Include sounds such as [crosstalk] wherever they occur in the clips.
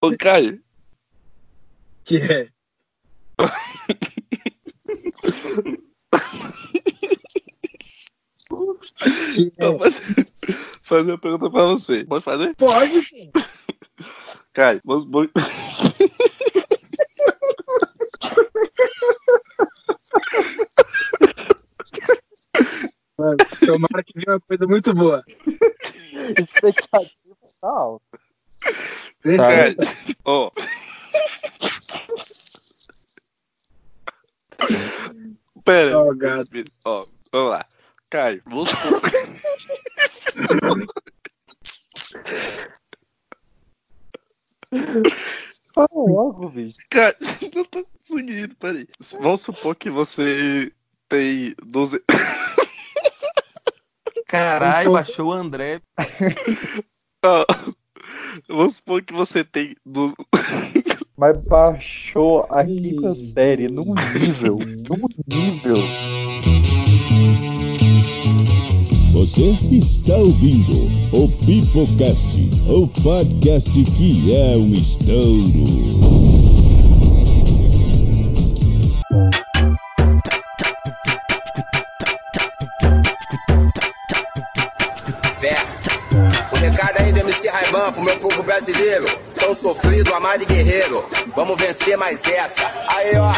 Ô, Caio, Que é. Que é. eu vou fazer- [laughs] fazer uma pergunta pra você. Pode fazer? Pode, pô. [laughs] Caio, vamos. vamos- Mano, tomara que venha uma coisa muito boa. Expectativa tá alta. Caio, ó. Pera. Ó, gato. respira. Ó, vamos lá. Caio, vamos supor. [laughs] Fala logo, Tá bicho. [laughs] Cara, eu tô fugindo, peraí. Vamos supor que você tem 12. Caralho, Estou- baixou o André. Ó, [coughs] Vamos supor que você tem. du- Mas baixou a quinta série num nível, num nível. Você está ouvindo o Pipocast, o podcast que é um estouro. Vé. O recado aí do MC Raiban pro meu povo brasileiro, tão sofrido, amado e guerreiro. Vamos vencer mais essa. Aí ó,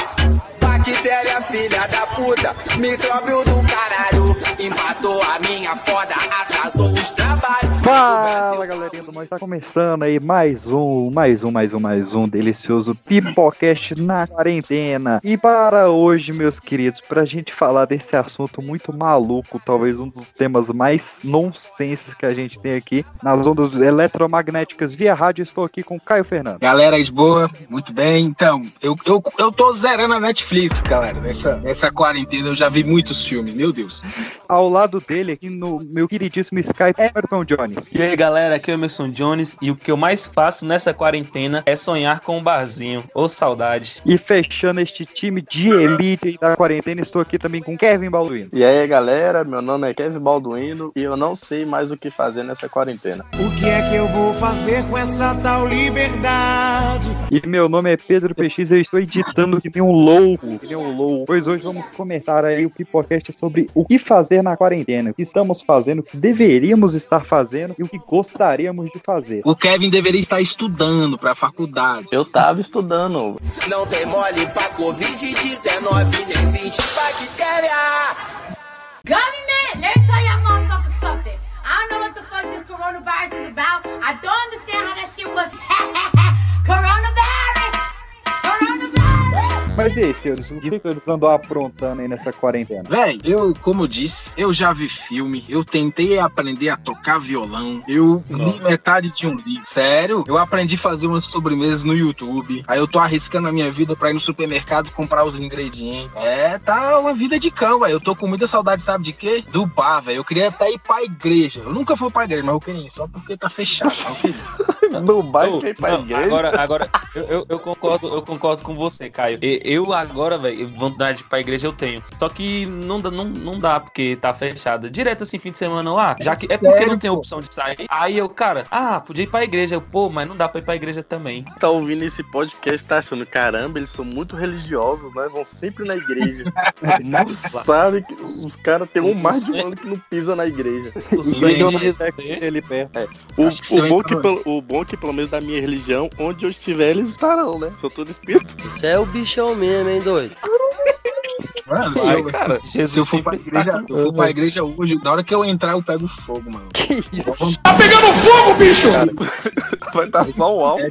bactéria filha da puta, micróbio do caralho, empatou a minha foda, atrasou os trabalhos. Fala galerinha do Mãe, tá começando aí mais um, mais um, mais um, mais um delicioso Pipocast na quarentena. E para hoje, meus queridos, pra gente falar desse assunto muito maluco, talvez um dos temas mais nonsense que a gente tem aqui nas ondas eletromagnéticas via rádio, estou aqui com o Caio Fernando. Galera de boa, muito bem. Então, eu, eu, eu tô zerando a Netflix, galera. Nessa, nessa quarentena eu já vi muitos filmes, meu Deus. Ao lado dele, aqui no meu queridíssimo Skype, Everton Jones. E aí galera, aqui é o Emerson Jones e o que eu mais faço nessa quarentena é sonhar com um barzinho. Ô saudade. E fechando este time de elite aí da quarentena, estou aqui também com Kevin Balduino. E aí, galera, meu nome é Kevin Balduino e eu não sei mais o que fazer nessa quarentena. O que é que eu vou fazer com essa tal liberdade? E meu nome é Pedro PX e eu estou editando que tem um louco. Que tem um louco. Pois hoje vamos comentar aí o Pipocast sobre o que fazer na quarentena, o que estamos fazendo, o que deveríamos estar fazendo e o que gostaríamos de fazer. O Kevin deveria estar estudando pra faculdade. Eu tava estudando. Não tem mole pra Covid-19, nem 20 bactéria. Government, let me tell y'all motherfuckers something. I don't know what the fuck this coronavirus is about. I don't understand how that shit was. [laughs] coronavirus! Coronavirus! Mas e aí, senhores, o que que eles andam aprontando aí nessa quarentena? Véi, eu, como eu disse, eu já vi filme, eu tentei aprender a tocar violão, eu li metade de um livro. Sério? Eu aprendi a fazer umas sobremesas no YouTube. Aí eu tô arriscando a minha vida pra ir no supermercado comprar os ingredientes. É, tá uma vida de cão, véi. Eu tô com muita saudade, sabe de quê? Do bar, velho. Eu queria até ir pra igreja. Eu nunca fui pra igreja, mas eu queria ir só porque tá fechado. mas eu queria. No bairro Ô, que pra não, igreja. agora, agora, eu, eu- eu concordo, eu concordo com você, Caio. E- Eu agora, velho, vontade pra igreja eu tenho. Só que não dá, não, não dá, porque tá fechada. Direto assim, fim de semana lá, já que é porque Sério, não tem pô? opção de sair. Aí eu, cara, ah, podia ir pra igreja. Eu, Pô, mas não dá pra ir pra igreja [laughs] também. tá ouvindo esse podcast tá achando, caramba, eles são muito religiosos, né? Vão sempre na [laughs] igreja. Mal sabe que os caras têm um mais de um ano que não pisa na igreja. Eu Os sou dois de Tem Então, é Ele perto. O, Acho que você o, vai bom entrar que é no- pelo, o bom que, pelo menos da minha religião, onde eu estiver, eles estarão, né? Sou todo espírito. Isso é o bichão mesmo, hein, doido? Mano, se Ai, eu, cara, Jesus se eu for pra sempre igreja, tá eu for pra igreja hoje, na hora que eu entrar, eu pego fogo, mano. Que isso? [laughs] Vai estar só o álcool.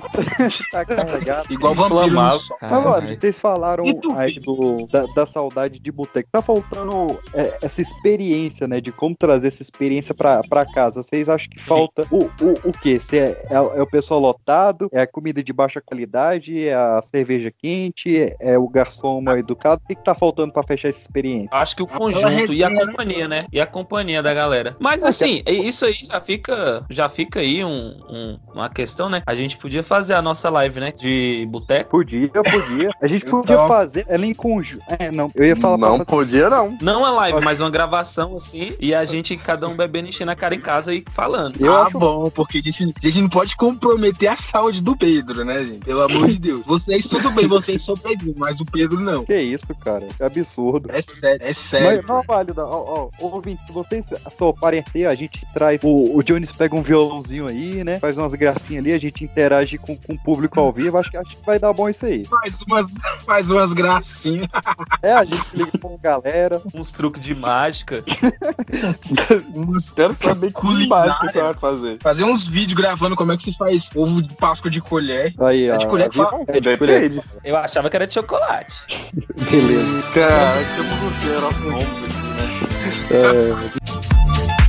Tá carregado. Igual vampiro no sol. Tá, Agora, vocês falaram E tu, aí do, da, da saudade de boteco. Tá faltando é, essa experiência, né? De como trazer essa experiência pra, pra casa. Vocês acham que falta o, o, o quê? Se é, é, o- é o pessoal lotado? É a comida de baixa qualidade? É a cerveja quente? É, é o garçom mal educado? O que, que tá faltando pra fechar essa experiência? Acho que o Aquela conjunto e a resenha, né? companhia, né? E a é companhia da galera. Mas assim, isso aí já fica, já fica aí um, um- uma questão, né? A gente podia fazer a nossa live, né? De boteco. Podia, podia. A gente podia Então. fazer ela em conjunto. É, não. Eu ia falar pra Não fazer- podia, não. Não a live, mas uma gravação assim. E a gente, cada um bebendo, enchendo a cara em casa e falando. Eu ah, acho- bom, porque a gente, a gente não pode comprometer a saúde do Pedro, né, gente? Pelo amor de Deus. Vocês, tudo bem, vocês sobrevivem, mas o Pedro não. Que isso, cara? É absurdo. É sério, é sério. Mas não vale, não. Ó, ó, ouvinte, se vocês toparem assim, a gente traz. O, o Jones pega um violãozinho aí, né? Faz umas gracinhas ali, a gente interage com, com o público ao vivo. Acho que, acho que vai dar bom isso aí. Faz umas, faz umas gracinhas. É, a gente liga pra galera. Uns truques de mágica. umas- Quero saber que Culinária. mais que você vai fazer. fazer uns vídeos gravando como é que se faz ovo de Páscoa de colher. Aí, É de ó, colher que fala? É de colher. Depende. Eu achava que era de chocolate. Beleza. Cara, temos um cheiro ó, bom. né? É,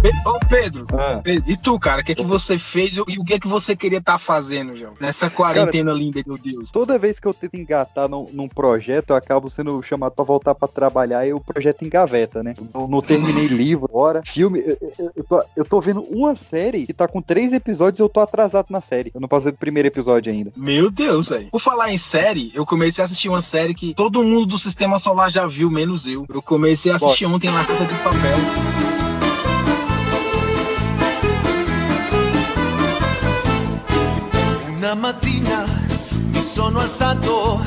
Pe- Ô, Pedro. ah. Pedro, E tu, cara, o que é que você fez e o que é que você queria estar fazendo, João? Nessa quarentena linda, meu Deus. Toda vez que eu tento engatar num, num projeto, eu acabo sendo chamado pra voltar pra trabalhar e o projeto engaveta, né? Não, não terminei livro, hora, filme. Eu, eu- eu tô, eu tô vendo uma série que tá com três episódios e eu tô atrasado na série. Eu não passei do primeiro episódio ainda. Meu Deus, velho. Por falar em série, eu comecei a assistir uma série que todo mundo do sistema solar já viu, menos eu. Eu comecei a assistir ontem na Casa do Papel. Una mattina mi sono alzato.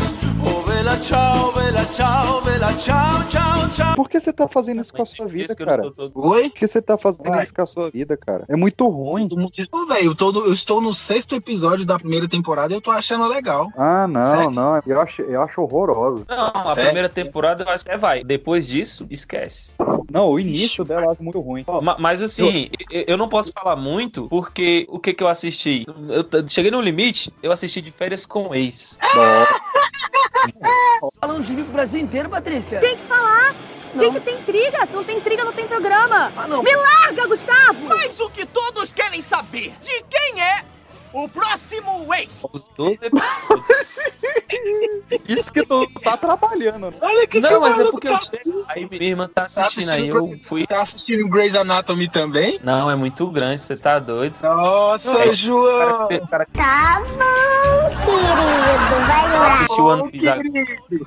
Oh, vela ciao, vela ciao, vela ciao, ciao, ciao. Por que você tá fazendo isso com a sua vida, Esqueça que eu cara? não sou todo- Oi? Por que você tá fazendo Vai. isso com a sua vida, cara? É muito ruim. Todo mundo diz, Pô, velho, eu, tô no- eu estou no sexto episódio da primeira temporada e eu tô achando legal. Ah, não, Sério? não. Eu acho, eu acho horroroso. Não, a Sério? primeira temporada eu acho que é vai. Depois disso, esquece. Não, o início dela eu acho muito ruim. Ma- Mas assim, eu, eu não posso falar muito porque o que que eu assisti? Eu t- cheguei no limite, eu assisti de férias com o ex. Nossa, Falando de mim pro Brasil inteiro, Patrícia. Tem que falar. Tem que ter intriga. Se não tem intriga, não tem programa. Ah, Me larga, Gustavo. Mas o que todos querem saber: de quem é o próximo ex? Os 12 [laughs] episódios. isso que tu tá trabalhando. né? Não, mas é porque eu chego. Aí minha irmã tá assistindo, aí eu fui. Tá assistindo Grey's Anatomy também? Não, é muito grande, você tá doido. Nossa, É. João! O cara que Tá bom, querido. Vai só assistiu One Piece agora.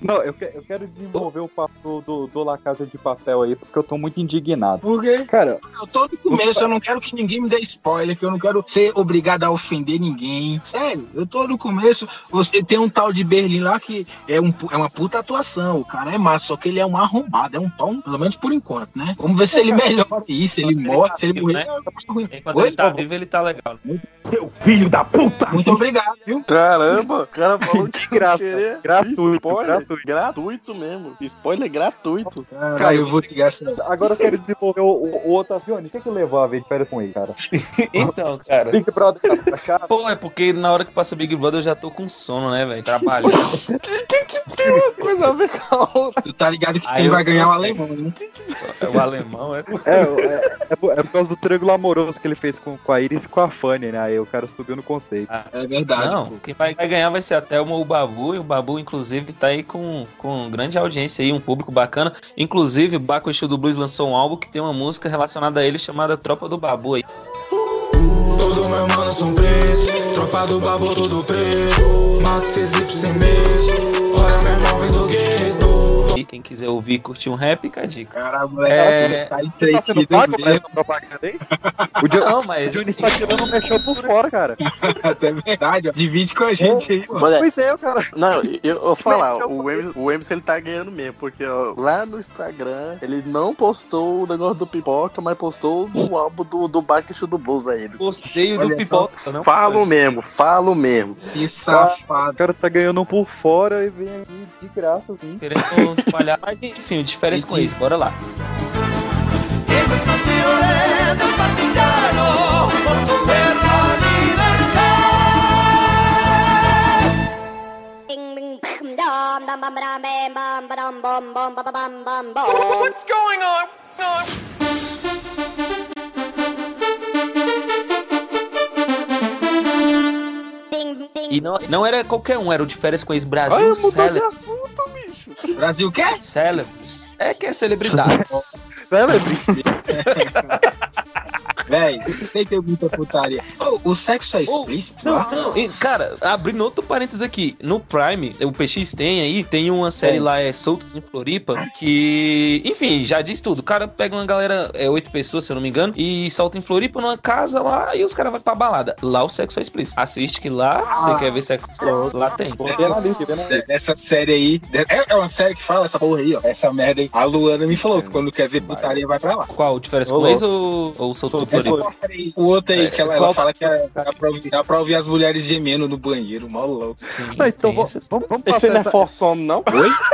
Não, eu, que- eu quero desenvolver o papo do, do La Casa de Papel aí, porque eu tô muito indignado. Por quê? Cara, Eu tô no começo, eu não quero que ninguém me dê spoiler, que eu não quero ser obrigado a ofender ninguém. Sério, eu tô no começo. Você tem um tal de Berlim lá que é, um, pu- é uma puta atuação. O cara é massa, só que ele é um arrombado, é um pau, pelo menos por enquanto, né? Vamos ver se É, ele melhora isso, se ele morre, se ele morrer. né? Enquanto Oi? ele tá vivo, ele tá legal. Muito obrigado, viu? Caramba, o cara [laughs] falou que graça. querer. Gratuito, spoiler. gratuito. Gratuito mesmo. Spoiler gratuito. Cara, eu vou ligar essa. agora eu quero desenvolver o, o, o outro avião. O que que levou a ver de férias com ele, cara? [laughs] Então, cara. Big Brother tá fechado. Pô, é porque na hora que passa Big Brother eu já tô com sono, né, velho? [laughs] Trabalhando. [laughs] Coisa a ver com a outra. Tu tá ligado que Ah, quem eu- vai ganhar é o alemão, né? o alemão é. É, é, é por- é por causa do triângulo amoroso que ele fez com, com a Iris e com a Fanny, né? Aí o cara subiu no conceito. É verdade. Não, quem vai vai ganhar vai ser até o Babu, e o Babu, inclusive, tá aí com, com grande audiência aí, um público bacana. Inclusive, o Baco Estilo do Blues lançou um álbum que tem uma música relacionada a ele chamada Tropa do Babu aí. Todo meu mano são preto, tropa do babu tudo preto. Mato esses hippies sem medo, olha meu irmão vem do gueto. E quem quiser ouvir e curtir um rap, fica a dica. Caralho, moleque, É. tá Tá sendo entretido. pago pra né? essa propaganda aí? O, Jo- Não, o mas. Jones assim, tá tirando o mexão por fora, cara. [laughs] É verdade, ó. Divide com a gente aí, mano. Olha, Pois é, cara. [laughs] Não, eu eu vou falar, o Emerson, o Emerson ele tá ganhando mesmo, porque ó, lá no Instagram ele não postou o negócio do pipoca, mas postou o álbum do, do Baquichu do Blues aí. Gostei Olha do só. pipoca, não? Falo mesmo, falo mesmo. É. Que safado. O cara tá ganhando um por fora e vem aqui de graça, assim. Querendo espalhar, mas enfim, de férias com isso, bora lá. What's going on? E não, não era qualquer um, era o de férias com ex Olha, Brasil mudou de Celebs. assunto, bicho. Brasil quer? Celebs. É que é celebridades. Celebre. Véi, tem que ter muita putaria. Ô, o sexo é explícito? Oh, Não, lá? não, e, cara, abrindo outro parênteses aqui, no Prime, o PX tem aí, tem uma série lá, é Soltos em Floripa, que, enfim, já diz tudo. O cara pega uma galera, é oito pessoas, se eu não me engano, e solta em Floripa numa casa lá e os caras vão pra balada. Lá o sexo é explícito. Assiste que lá, se você quer ver sexo explícito, lá tem. De- Dessa série aí. de- É é uma série que fala essa porra aí, ó. Essa merda aí. A Luana me falou que quando quer ver putaria vai pra lá. Qual? Diferença Ô, com ex ou, ou Soltos em Essa Floripa? porcaria aí, O outro aí, É, que ela, qual- ela fala que é- dá pra, ouvir, dá pra ouvir as mulheres gemendo no banheiro, mó louco. Ah, então vamos, vamos, vamos Esse passar não é essa- forçom, não? Oi? [laughs]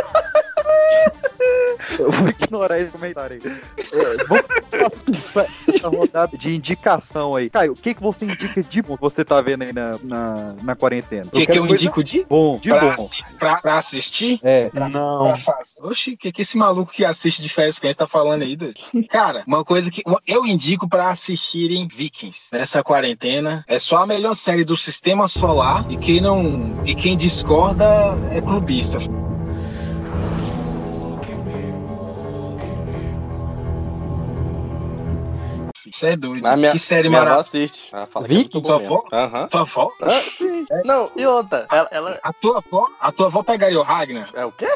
Eu vou ignorar esse comentário aí. É, vamos passar essa- essa rodada de indicação aí. Caio, o que, que você indica de bom que você tá vendo aí na, na, na quarentena? O que, que quero eu coisa indico de? Bom, de pra, bom. assi- pra- pra assistir? É, Não. Pra fazer. Então, Oxi, o que, que esse maluco que assiste de férias com ele tá falando aí, doido? Cara, uma coisa que eu indico pra assistirem Vikings nessa quarentena é só a melhor série do sistema solar e quem não. E quem discorda é clubista. Isso é doido. Na minha, que série minha avó maravilhosa. assiste. Ela fela Vicky, que é muito bom tua mesmo. Aham. Tua avó? Ah, sim. Não, e outra? Ela, ela- A tua avó? A tua avó pegaria o Ragnar? É o quê?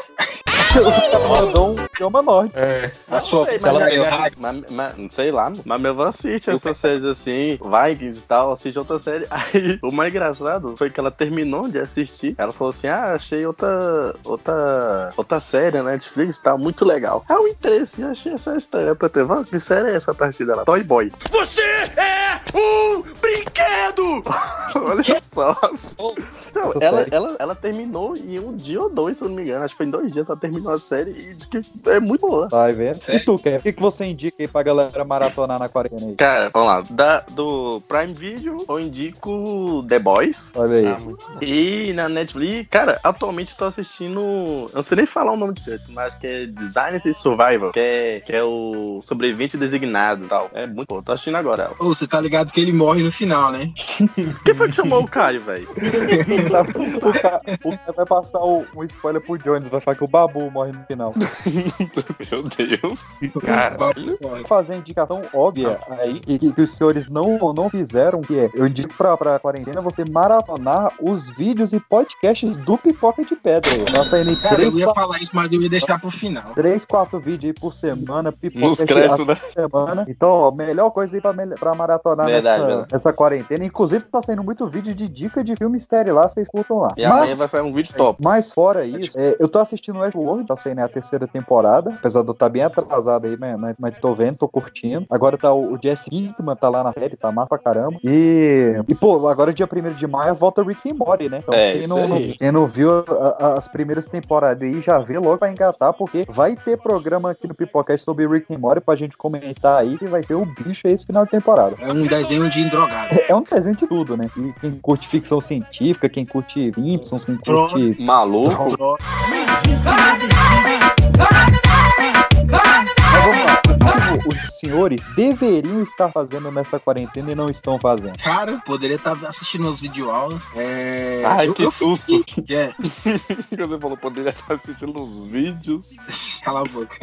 Mandou um idioma norte. é, A sua avó sei, mas pegaria o ela- Ragnar? Mas, mas- não sei lá, mas meu avô assiste essas séries assim, Vikings e tal, assiste outra série. [laughs] Aí o mais engraçado foi que ela terminou de assistir. Ela falou assim: Ah, achei outra, outra, outra série na Netflix, tá muito legal. Aí eu entrei assim, achei essa estranha pra ter. "Vó, Que série é essa a partir dela? Toy Boy. Você é um brinquedo! [laughs] Olha só. Oh. Não, Essa ela, série. ela, ela terminou em um dia ou dois, se eu não me engano. Acho que foi em dois dias ela terminou a série e disse que é muito boa. Vai vendo. E Sério? tu, Kevin? O que, que você indica aí pra galera maratonar na quarentena aí? Cara, vamos lá. Da- do Prime Video, eu indico The Boys. Olha aí. Ah, muito- E na Netflix, cara, atualmente eu tô assistindo. Eu não sei nem falar o nome direito, mas acho que é Design and Survival, que é, que é o sobrevivente designado e tal. É muito bom, tô assistindo agora ela. Ô, você tá ligado que ele morre no final, né? Quem foi que chamou o Caio, velho? Tá- o, cara, o cara vai passar o- um spoiler pro Jones, vai falar que o Babu morre no final. [laughs] Meu Deus. Cara, Vou fazer a indicação óbvia aí que, que- que os senhores não, não fizeram, que é, eu indico pra, pra quarentena você maratonar os vídeos e podcasts do Pipoca de Pedra. aí. Nós saindo em Cara, eu 3, ia falar isso, mas eu ia deixar pro final. 3, 4 vídeos aí por semana, Nos pipoca de créditos, né? semana. Então, ó, melhor coisa aí pra, mel- pra maratonar Verdade, nessa, verdade. nessa quarentena. Inclusive, tá saindo muito vídeo de dica de filme estéreo lá, vocês curtam lá. E amanhã vai sair um vídeo top. Mas fora isso, é, eu tô assistindo Westworld, tá saindo a terceira temporada, apesar de eu estar bem atrasado aí, mas, mas- mas tô vendo, tô curtindo. Agora tá o, o Jesse Pinkman, tá lá na série, tá massa pra caramba. E, e pô, agora dia 1 de maio volta Rick and Morty, né? Então É, quem, isso não, não- aí. quem não viu a- a- as primeiras temporadas aí, já vê logo pra engatar, porque vai ter programa aqui no Pipocast sobre Rick and Morty pra gente comentar aí, que vai ter o bicho aí esse final de temporada. É um desenho de drogado. É um presente de tudo, né? E Quem curte ficção científica, quem curte Simpsons, quem curte Maluco. Mas vamos lá. O que Os senhores deveriam estar fazendo nessa quarentena e não estão fazendo. Cara, eu poderia estar assistindo as videoaulas. É... Ai, eu- que eu susto. fiquei- [laughs] É, Você falou, poderia estar assistindo os vídeos. cala a boca.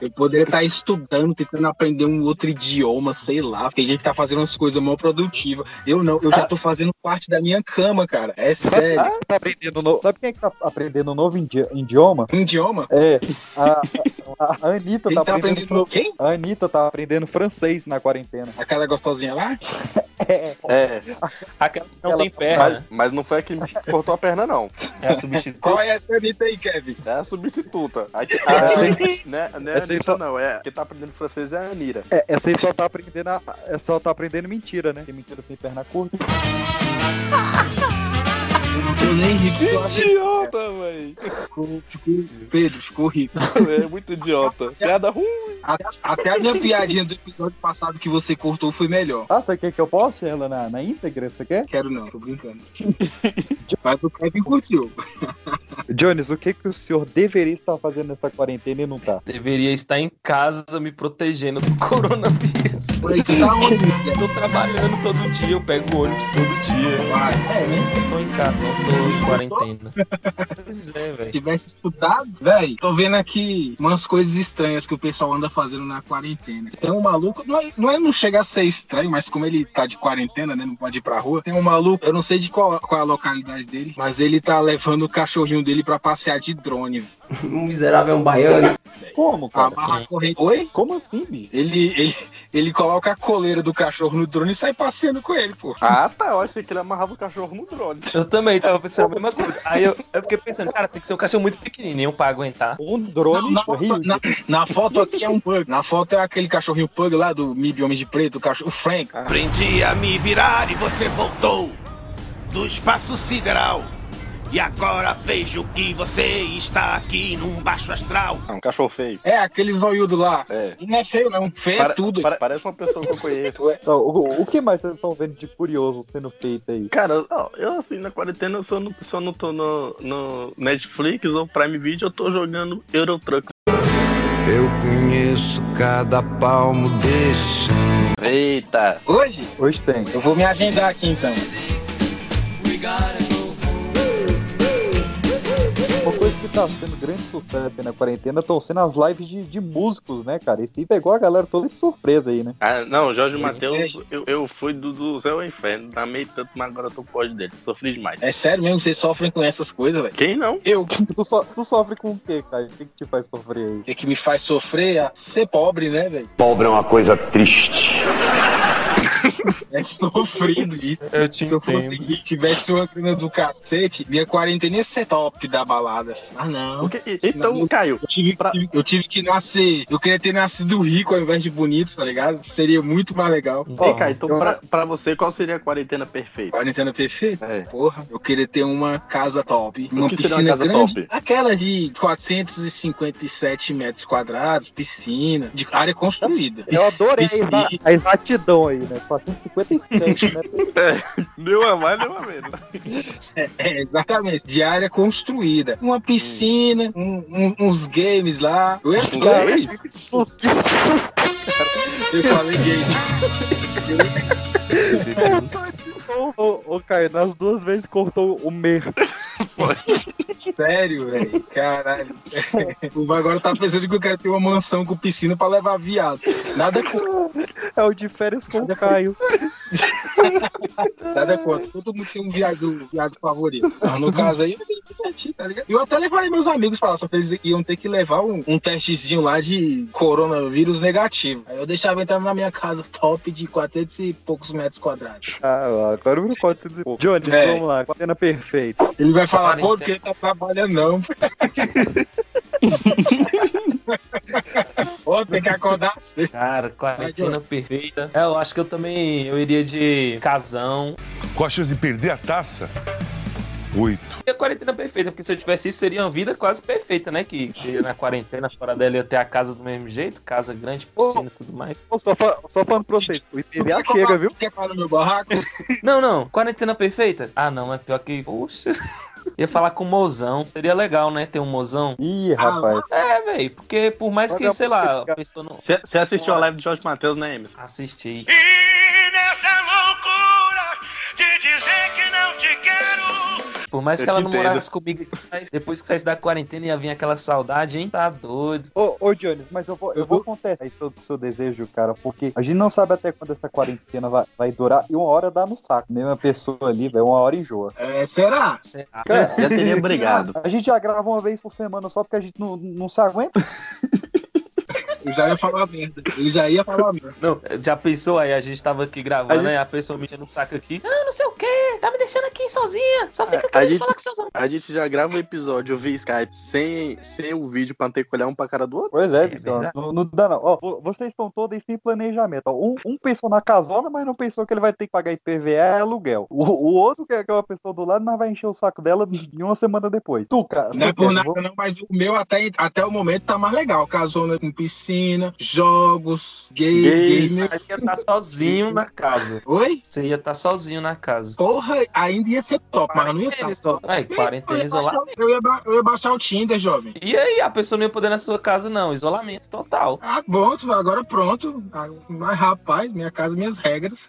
Eu poderia estar estudando, tentando aprender um outro idioma, sei lá. Porque a gente tá fazendo umas coisas mó produtivas. Eu não, eu já tô fazendo parte da minha cama, cara. É sério. Tá aprendendo novo. Sabe quem é que tá aprendendo um novo indi- idioma? Um idioma? É. A, a, a Anitta Quem tá, tá aprendendo. aprendendo quem? A Anitta tá aprendendo francês na quarentena. Aquela gostosinha lá? É. É, aquela que não Ela- tem perna, mas, mas não foi a que me cortou a perna, não. é a substituta. Qual é essa Anitta aí, Kevin? É a substituta. A que, Ah, a, né, não é a Essa aí Anitta, só- não. É, a que tá aprendendo francês é a Anira. É, Essa aí só tá aprendendo. a- é, só tá aprendendo mentira, né? Porque mentira tem perna curta. Eu nem ri, porque eu achei Idiota, velho. ficou, ficou... Pedro, ficou rico. É muito idiota. Piada ruim. Até, até a minha piadinha do episódio passado que você cortou foi melhor. Ah, você quer que eu poste ela na, é? na íntegra? Você quer? Quero não, tô brincando. Mas o Kevin curtiu. Jones, o que, que o senhor deveria estar fazendo nessa quarentena e não tá? Deveria estar em casa me protegendo do [laughs] coronavírus. Porque tu tá onde, Zé? Eu tô trabalhando todo dia, eu pego o ônibus todo dia. Vai, é, né? Eu tô em casa, não tô em quarentena. Pois é, Se velho. tivesse estudado, velho, tô vendo aqui umas coisas estranhas que o pessoal anda fazendo na quarentena. Tem um maluco, não é, não é não chega a ser estranho, mas como ele tá de quarentena, né, não pode ir pra rua, tem um maluco, eu não sei de qual, qual é a localidade dele, mas ele tá levando o cachorrinho dele pra passear de drone. velho. Um miserável é um baiano. Como, cara? Amarra a corrente. Oi? Como assim, bicho? Ele, ele, ele coloca a coleira do cachorro no drone e sai passeando com ele, pô. Ah, tá. Eu achei que ele amarrava o cachorro no drone. Eu também tava pensando a mesma coisa. Aí eu, eu fiquei pensando, cara, tem que ser um cachorro muito pequenininho pra aguentar. Um drone na, horrível. foto, na- na foto aqui é um pug. Na foto é aquele cachorrinho pug lá do Mib Homem de Preto, o cachorro o Frank. Ah. Aprendi a me virar e você voltou do espaço sideral. E agora vejo que você está aqui num baixo astral. É um cachorro feio. É, aquele zoiudo lá. É. Não é feio, não. Feio é Pare- tudo. pare- parece uma pessoa que eu conheço. Então, o, o que mais vocês estão vendo de curioso sendo feito aí? Cara, ó, eu assim, na quarentena, eu só não, só não tô no, no Netflix ou Prime Video, eu tô jogando Eurotruck. Eu conheço cada palmo desse Eita! Hoje, Hoje tem. eu vou me agendar aqui então. Uma coisa que tá sendo grande sucesso aí na quarentena estão sendo as lives de, de músicos, né, cara? Isso aí pegou a galera toda de surpresa aí, né? [laughs] Ah, não, Jorge Matheus, eu, eu fui do, do céu ao inferno. Amei tanto, mas agora eu tô pode dele. Sofri demais. É sério mesmo, vocês sofrem com essas coisas, velho. Quem não? Eu, o Tu, so- tu sofre com o quê, cara? O que, que te faz sofrer aí? que, que me faz sofrer é ser pobre, né, velho? Pobre é uma coisa triste. É sofrido isso. Eu te Se eu fosse entendo. rico e tivesse uma grana do cacete, minha quarentena ia ser top da balada. Ah, não. O que- e- então, Não. Caio, Eu tive, Pra- eu tive que nascer. Eu queria ter nascido rico ao invés de bonito, tá ligado? Seria muito mais legal. ei, Caio, então eu- pra, pra você, qual seria a quarentena perfeita? Quarentena perfeita? É. Porra, eu queria ter uma casa top. Uma que seria piscina uma casa grande. top? Aquela de 457 metros quadrados, piscina, de área construída. Eu adorei Piscina. a, a exatidão aí, né? 457, né? Deu a mais, deu a menos. É, exatamente. De área construída. Uma piscina, um- um- uns games lá. Eu, ia- Cara, eu falei games. Ô, ô, ô, Caio, nas duas vezes cortou o mer. Sério, velho? Caralho. [laughs] O Vai agora tá pensando que eu quero ter uma mansão com piscina pra levar viado. Nada contra, É o de férias com o Caio. nada é contra. Todo mundo tem um viado, um viado favorito. Mas no caso aí, eu me diverti, tá ligado? Eu até levaria meus amigos pra lá, só que eles iam ter que levar um, um testezinho lá de coronavírus negativo. Aí eu deixava entrar na minha casa top de 400 e poucos metros quadrados. Ah, agora não pode dizer. Johnny, É. vamos lá. Quarentena perfeita. Ele vai falar, pô, porque ele tá trabalhando não. [laughs] Pô, tem que acordar cedo. Cara, quarentena perfeita. É, eu acho que eu também eu iria de casão. Com a chance de perder a taça? Oito. E a quarentena perfeita, porque se eu tivesse isso, seria uma vida quase perfeita, né? Que, que na quarentena, fora dela, eu ter a casa do mesmo jeito, casa grande, piscina e tudo mais. Ô, Só, fa- só falando pra vocês, o IPVA chega, viu? Quer parar no meu barraco? Não, não, quarentena perfeita? Ah, não, é pior que. Poxa. [laughs] Ia falar com o mozão. Seria legal, né? Ter um mozão. Ih, rapaz. É, velho, porque por mais que, Olha, sei lá, fica- a pessoa não Você você assistiu a live do Jorge Matheus, né, Emerson? assistir. E nessa loucura de dizer que não te quero. Por mais Eu que ela te não entendo. morasse comigo, aqui, mas depois que saísse da quarentena ia vir aquela saudade, hein? Tá doido. Ô, ô, Jones, mas eu vou, eu vou contestar aí todo o seu desejo, cara, porque a gente não sabe até quando essa quarentena vai, vai durar e uma hora dá no saco. Mesma pessoa ali, velho, uma hora enjoa. É, será? Será? Cara, Já teria brigado. a gente já grava uma vez por semana só porque a gente não, não se aguenta. Eu já ia falar merda. Eu já ia falar merda. Não, já pensou aí? A gente tava aqui gravando, A gente- né? A pessoa me enchendo o saco aqui. Ah, não sei o quê. Tá me deixando aqui sozinha. Só fica a querendo gente- falar com seus [laughs] amigos. A gente já grava o episódio via Skype sem, sem o vídeo pra ter que olhar um pra cara do outro. Pois é, Vitão, não, não dá não. Ó, vo- vocês estão todos aí sem planejamento. Ó. Um, um pensou na casona, mas não pensou que ele vai ter que pagar IPVA e aluguel. O, o outro que é aquela pessoa do lado, mas vai encher o saco dela em uma semana depois. Tu, cara. Não é tu, cara, por Tá vou- nada, não, mas o meu até, até o momento tá mais legal. Casona com piscina, jogos, gay, Gay, games. Você ia estar sozinho na casa. Oi? Você ia estar sozinho na casa. Porra, ainda ia ser top, mas não ia tá estar top. Aí, quarentena, Eu ia baixar- isolamento. Eu ia, ba- eu ia baixar o Tinder, jovem. E aí, a pessoa não ia poder na sua casa, não. Isolamento total. Ah, bom, tu- agora pronto. Ah, Mas, rapaz, minha casa, minhas regras.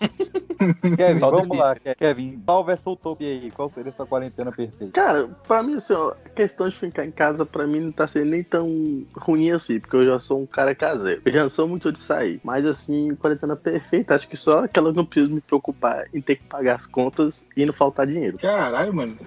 Kevin, Só vamos delírio. lá, Ke- Kevin. Salve essa utopia aí. Qual seria sua quarentena perfeita? Cara, pra mim, assim, ó, a questão de ficar em casa, pra mim, não tá sendo nem tão ruim assim, porque eu já sou um cara caseiro. Eu já não sou muito de sair. Mas, assim, quarentena perfeita, acho que só que eu não preciso me preocupar em ter que pagar as contas e não faltar dinheiro. Caralho, mano.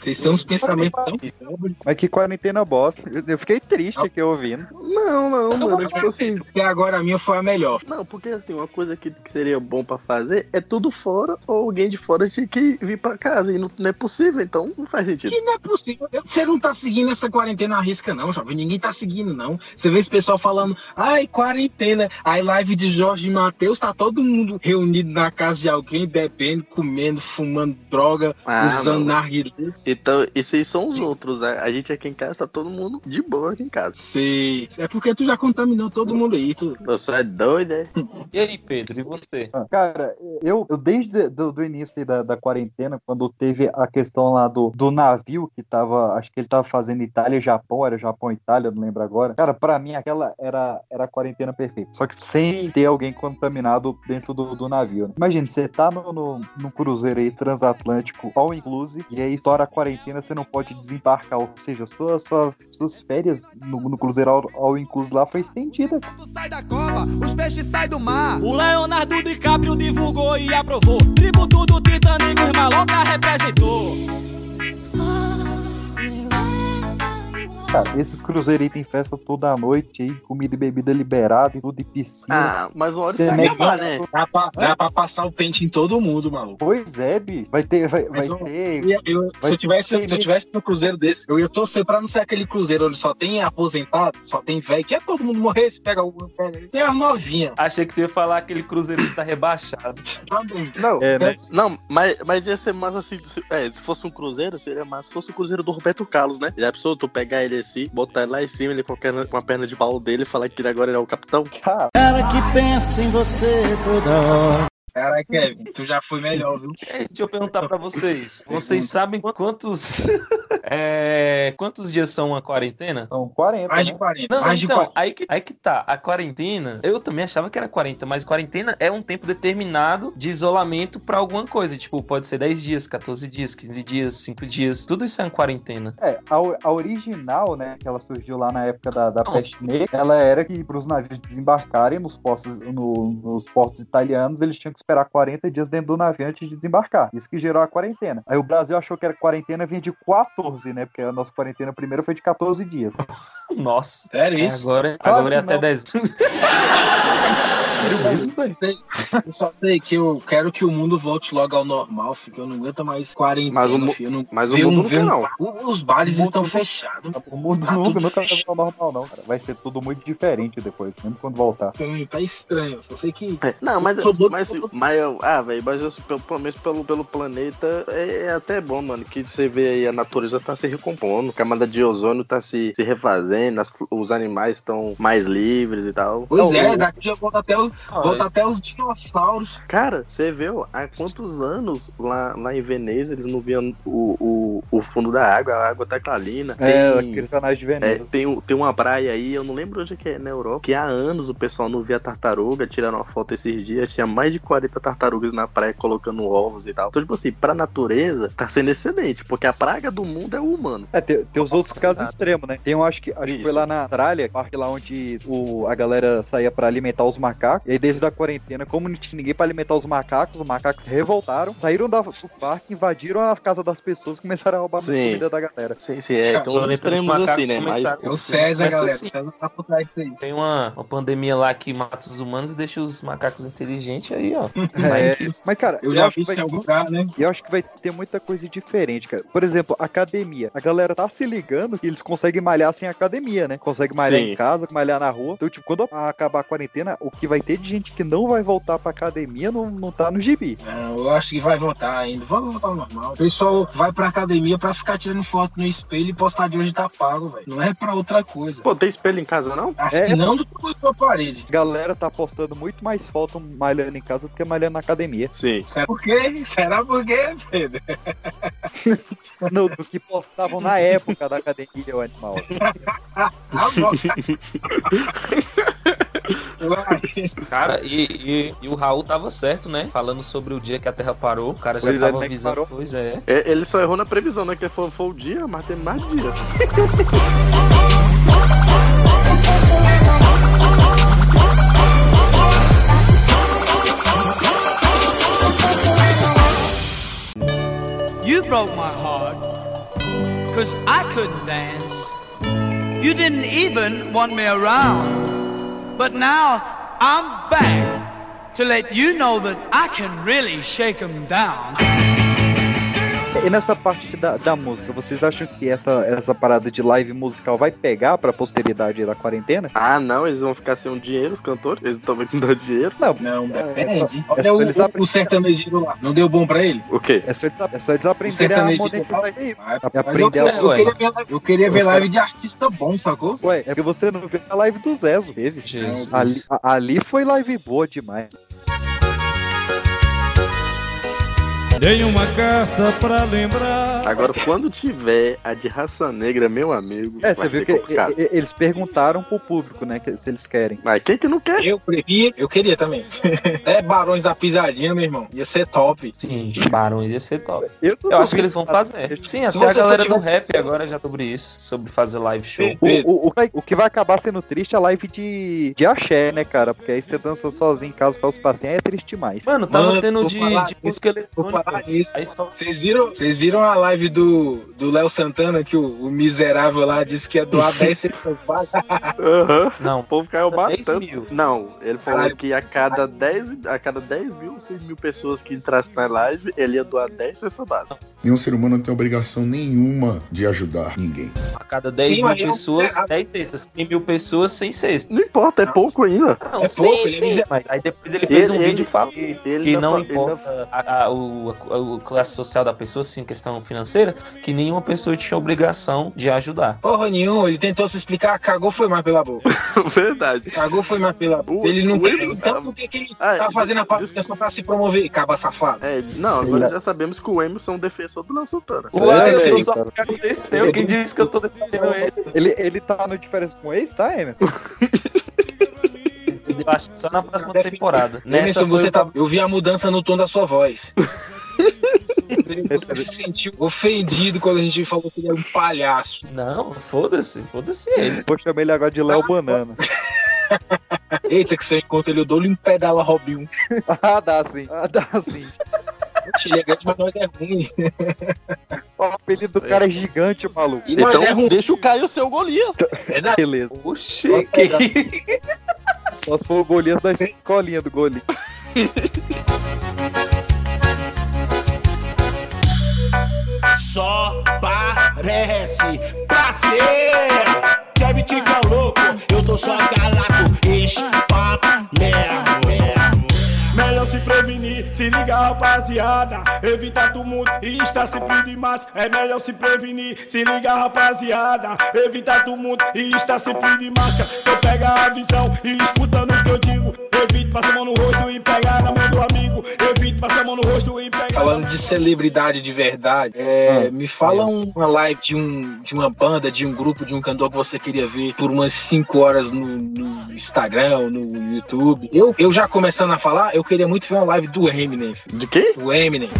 Vocês têm uns pensamentos tão pobres. Mas que quarentena bosta. Eu, eu fiquei triste aqui ouvindo. Não, não, mano, tipo assim. Até agora a minha foi a melhor. Não, porque assim, uma coisa que, que seria bom pra fazer é tudo fora ou alguém de fora tinha que vir pra casa. E não, não é possível, então não faz sentido. Que não é possível. Você não tá seguindo essa quarentena à risca, não, jovem. Ninguém tá seguindo, não. Você vê esse pessoal falando, ai, quarentena. Aí, live de Jorge e Matheus, tá todo mundo reunido na casa de alguém, bebendo, comendo, fumando droga, Ah, usando mano. narguilé. Então, esses são os outros. A, a gente aqui em casa tá todo mundo de boa aqui em casa. Sei. É porque tu já contaminou todo mundo aí. Tu... Você é doido, é? E aí, Pedro, e você? Cara, eu, eu desde do, do início aí da, da quarentena, quando teve a questão lá do, do navio que tava, acho que ele tava fazendo Itália e Japão, era Japão e Itália, eu não lembro agora. Cara, pra mim aquela era, era a quarentena perfeita. Só que sem ter alguém contaminado dentro do, do navio. Né? Imagina, você tá no, no, num cruzeiro aí transatlântico, all inclusive, e aí estoura a quarentena, você não pode desembarcar. Ou seja, sua, sua, suas férias no, no cruzeiro all, all inclusive lá foi estendida. Sai da cova, os peixes saem do mar. O Leonardo DiCaprio divulgou e aprovou. Tributo do Titanic, os maloca representou. Cara, esses cruzeiros aí tem festa toda noite aí, comida e bebida liberada, e tudo e piscina. Ah, mas uma hora Tem isso nem acaba, né? Dá pra, dá pra passar o pente em todo mundo, maluco. Pois é, bicho. Vai ter, vai, Mas vai eu- ter. Eu ia- eu- Vai se, eu tivesse, ter- se eu tivesse num cruzeiro desse, eu ia torcer pra não ser aquele cruzeiro onde só tem aposentado, só tem velho, que é todo mundo morrer, se pega o. pega- Tem as novinhas. Achei que você ia falar aquele Cruzeiro que tá rebaixado. Também. Não, É, né? não, mas, mas ia ser massa assim. Se, é, se fosse um cruzeiro, seria massa. Se fosse o cruzeiro do Roberto Carlos, né? Já pensou tu pegar ele assim, botar ele lá em cima, ele com a perna, com a perna de pau dele e falar que ele agora ele é o capitão? Cara, Cara que pensa em você toda hora. Cara, Kevin, tu já foi melhor, viu? É, Deixa eu perguntar pra vocês. Vocês sabem qu- quantos. [laughs] é, quantos dias são a quarentena? são 40. Mais de né? 40. Não, mais de então, 40. aí que, aí que tá. A quarentena, eu também achava que era 40, mas quarentena é um tempo determinado de isolamento pra alguma coisa. Tipo, pode ser 10 dias, 14 dias, 15 dias, 5 dias. Tudo isso é uma quarentena. É, a, o- a original, né, que ela surgiu lá na época da, da Não, peste negra, ela era que para os navios desembarcarem nos portos, no- nos portos italianos, eles tinham que esperar 40 dias dentro do navio antes de desembarcar. Isso que gerou a quarentena. Aí o Brasil achou que era quarentena vinha de 14, né, porque a nossa quarentena primeiro foi de 14 dias. Nossa. Sério É, isso? agora, Claro agora é que até não. 10. [laughs] Eu só sei que eu quero que o mundo volte logo ao normal, filho, que eu não aguento mais quarentena, Mas o mu- filho, eu não- Mas o ver um- mundo não ver quer, um- não. o- Os bares O mundo estão não- fechados. O mundo Tá nunca, tudo nunca vai fechado. voltar ao normal, não, cara. Vai ser tudo muito diferente depois, mesmo quando voltar. Então, tá estranho. Só sei que. É, Não, mas, Todo- mas, mas eu- ah, velho, mas eu, pelo, pelo menos pelo, pelo planeta é, é até bom, mano, que você vê aí a natureza tá se recompondo, a camada de ozônio tá se, se refazendo, as fl- os animais estão mais livres e tal. Então, Pois Não, é, o- daqui eu volto até os, volto até os dinossauros. Cara, você viu há quantos anos lá, lá em Veneza eles não viam o, o, o fundo da água, a água tá clarina. É, tem- aqueles canais de é, veneno. tem, um- tem uma praia aí, eu não lembro onde é que é, na Europa, que há anos o pessoal não via tartaruga, tiraram uma foto esses dias, tinha mais de 40 tartarugas na praia colocando ovos e tal. Então, tipo assim, pra natureza, tá sendo excelente, porque a praga do mundo é o humano. É, tem, tem os outros casos Exato. extremos, né? Tem um, acho que, acho que Isso. foi lá na Austrália, parque lá onde o, a galera saía pra alimentar os macacos. E aí, desde a quarentena, como não tinha ninguém pra alimentar os macacos, os macacos revoltaram, saíram da- do parque, invadiram a casa das pessoas e começaram a roubar a Sim. comida da galera. Sim, sim, é, tem uns Planeta dos extremos macacos assim, né? Mas, começaram- É o César, Mas, galera. assim, O César tá por trás disso aí. Tem uma, uma pandemia lá que mata os humanos e deixa os macacos inteligentes aí, ó. É, mas, cara, Eu já acho vi que isso é vai- em algum lugar, né? E eu acho que vai ter muita coisa diferente, cara. Por exemplo, academia. A galera tá se ligando que eles conseguem malhar sem academia, né? Consegue malhar Sim. em casa, malhar na rua. Então, tipo, quando acabar a quarentena, o que vai ter de gente que não vai voltar pra academia não, não tá no gibi. É, Não, eu acho que vai voltar ainda. Vamos voltar ao normal. O pessoal vai pra academia pra ficar tirando foto no espelho e postar de hoje tá pago, velho. Não é pra outra coisa. Pô, tem espelho em casa, não? Acho que não do que a parede. Galera tá postando muito mais foto malhando em casa do que malhando na academia. Sim. Será por quê? Será por quê, Pedro? No- do que postavam na época da academia, o animal. Cara, e, e- e o Raul tava certo, né? Falando sobre o dia que a Terra parou, o cara já Pois é, tava né, que avisando. parou. Pois é. É, Ele só errou na previsão, né? Que foi, foi o dia, mas tem mais dias. You broke my heart, 'cause I couldn't dance. You didn't even want me around. But now I'm back to let you know that I can really shake 'em down. E nessa parte da, da música, vocês acham que essa, essa parada de live musical vai pegar pra posteridade da quarentena? Ah, não, eles vão ficar sem o dinheiro, os cantores? Eles estão vendo dar dinheiro? Não, não, Depende. Olha o, o, o sertanejeiro lá. Não deu bom pra ele? O quê? É só eles, é só eles aprenderem a sertanejo monetizar. Mas eu, Aprender eu queria ver, eu queria ver Os live caras- de artista bom, sacou? Ué, é porque você não viu a live do Zezo, teve. Jesus. Ali, a- ali foi live boa demais. Dei uma carta pra lembrar. Agora, quando tiver a de raça negra, meu amigo, É, vai você ser viu que complicado. e- e- eles perguntaram pro público, né, que- se eles querem. Mas quem que não quer? Eu prefiro, eu queria também. [laughs] É Barões da Pisadinha, meu irmão. Ia ser top. Sim, Barões ia ser top. Eu, Eu acho que eles vão fazer. Sim, até a galera tipo- do rap agora já sobre isso, sobre fazer live show. O, o- o vai- o que vai acabar sendo triste é a live de, de axé, né, cara? Porque aí você dança sozinho em casa para os passinhos, aí é triste demais. Mano, tava Mano, tendo vou de- falar de isso, música Vocês viram, vocês viram a live do do Léo Santana que o, o miserável lá disse que ia [laughs] doar 10 centavos? Aham. Não. O povo caiu 10 batendo. mil. Não, ele falou Caralho. que a cada 10, a cada 10 mil, 6 mil pessoas que entrassem na live, ele ia doar 10 cesta básica. Nenhum ser humano tem obrigação nenhuma de ajudar ninguém. A cada 10 Sim, mil mas eu- pessoas, é, a- 10 cestas. 100 mil pessoas sem cesta. Não importa, é pouco é ainda. Não, sim, sim, mas aí depois ele fez um vídeo falando que, que ainda não fa- ele importa a, a- o, a- a classe social da pessoa, sim, questão financeira, que nenhuma pessoa tinha obrigação de ajudar. Porra nenhuma, ele tentou se explicar, cagou foi mais pela boca. [laughs] Verdade. Cagou foi mais pela boca. Ele não quer, então por que que ele Ah, tá fazendo a parte só pra se promover, caba safado? É, não, agora já sabemos que o Emerson é um defensor do Léo Santana. O É, Emerson velho. só aconteceu, quem disse que eu tô defendendo ele? Ele, ele tá no diferença com o ex, tá, Emerson? Eu acho que só na próxima temporada. Emerson, Nessa foi você o tá... Eu vi a mudança no tom da sua [laughs] voz. Você se sentiu ofendido quando a gente falou que ele é um palhaço. Não, foda-se, foda-se ele. Pô, chamei ele agora de Léo Banana. [laughs] Eita, que se eu encontro ele, eu dou-lhe um pedala Robinho. ah, dá sim. Ah, dá sim. Oxe, ele é grande, mas nós é ruim. O apelido do cara é gigante, maluco. E nós Então, é ruim. deixa o cair o seu Golias. Beleza. Oxi, Só se for o Golias da escolinha do Golias. Só parece parceiro. Serve de igual louco, eu tô só galaco. Ixi, papo, mesmo. Melhor se prevenir, se liga rapaziada. Evita tumulto e está sempre demais. É melhor se prevenir, se liga rapaziada. Evita tumulto e está sempre de máscara. Então pega a visão e escutando o que eu digo. Evite passar a mão no rosto e pegar na mão do amigo. Evite passar a mão no rosto e pegar. Falando de celebridade de verdade, é, me fala um- uma live de, um, de uma banda, de um grupo, de um cantor que você queria ver por umas 5 horas no, no Instagram, ou no YouTube. Eu, eu já começando a falar, eu queria muito ver uma live do Eminem. filho. De quê? Do Eminem.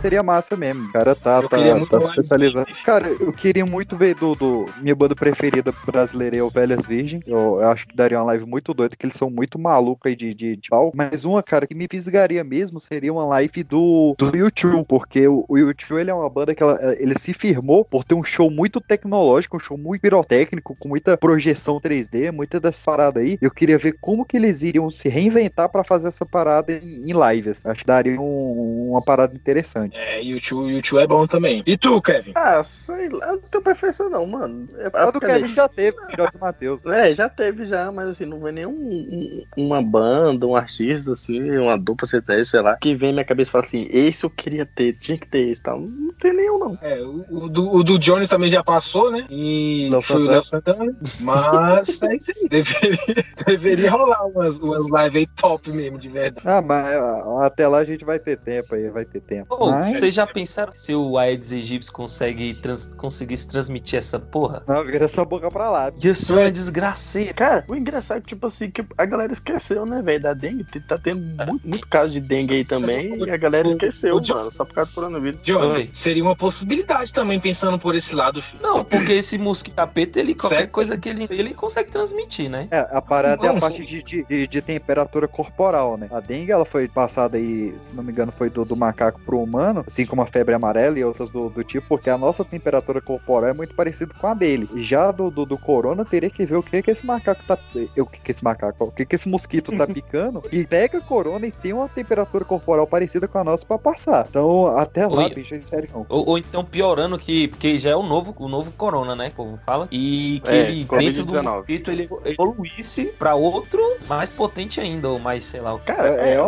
Seria massa mesmo. O cara tá, tá, queria muito tá mais. especializado. Cara, eu queria muito ver do, do- minha banda preferida brasileira é o Velhas Virgem. Eu, eu acho que daria uma live muito doida, que eles são muito malucos aí de, de, de pau. Mas uma, cara, que me fisgaria mesmo seria uma live do, do YouTube, porque o, o YouTube ele é uma banda que ela- ele se firmou por ter um show muito tecnológico, um show muito pirotécnico, com muita projeção 3D, muita dessas paradas aí. Eu queria ver como que eles iriam se reinventar pra fazer essa parada em, em live. assim. Acho que daria um- uma parada interessante. É, YouTube, YouTube é bom também. E tu, Kevin? Ah, sei lá, não tem perfeição não, mano. É, A do Kevin já teve, filhote Matheus. É, já teve já, mas assim, não vem nenhum um- uma banda, um artista, assim, uma dupla sertaneja, sei lá, que vem na minha cabeça e fala assim, esse eu queria ter, tinha que ter esse tal. Não tem nenhum, não. É, o, o do, o do Jones também já passou, né? E Léo foi o Santana. Léo Santana. Mas é isso aí. [laughs] Deveria, deveria rolar umas, umas lives aí top mesmo, de verdade. Ah, mas ah, até lá a gente vai ter tempo aí, vai ter tempo. Pô, Mas- vocês já pensaram se o Aedes egípcio consegue trans- conseguisse transmitir essa porra? Não, vira essa boca pra lá. Isso é desgraceira. Cara, o engraçado é que, tipo assim, que a galera esqueceu, né, velho, da dengue. Tem- Tá tendo muito, muito caso de dengue aí também e a galera esqueceu, mano, só por causa do coronavírus. Jones, seria uma possibilidade também, pensando por esse lado, filho. Não, porque esse mosquito capeta, ele qualquer Certo. coisa que ele, ele consegue transmitir, né? É, a parada é a Nossa. parte de, de, de temperatura corporal, né? A dengue, ela foi passada aí, se não me engano, foi do, do macaco pro humano, assim como a febre amarela e outras do, do tipo, porque a nossa temperatura corporal é muito parecida com a dele. Já do, do, do corona, teria que ver o que que esse macaco tá... eh, O que que esse macaco... O que que esse mosquito tá picando e pega corona e tem uma temperatura corporal parecida com a nossa pra passar. Então, até lá, Oi. bicho, é sério não. Ou, ou então piorando que, porque já é o novo, o novo corona, né? Como fala. E que É, ele dentro do Covid-19. mosquito ele evoluísse pra outro mais potente ainda, ou mais, sei lá, o Cara, é, é,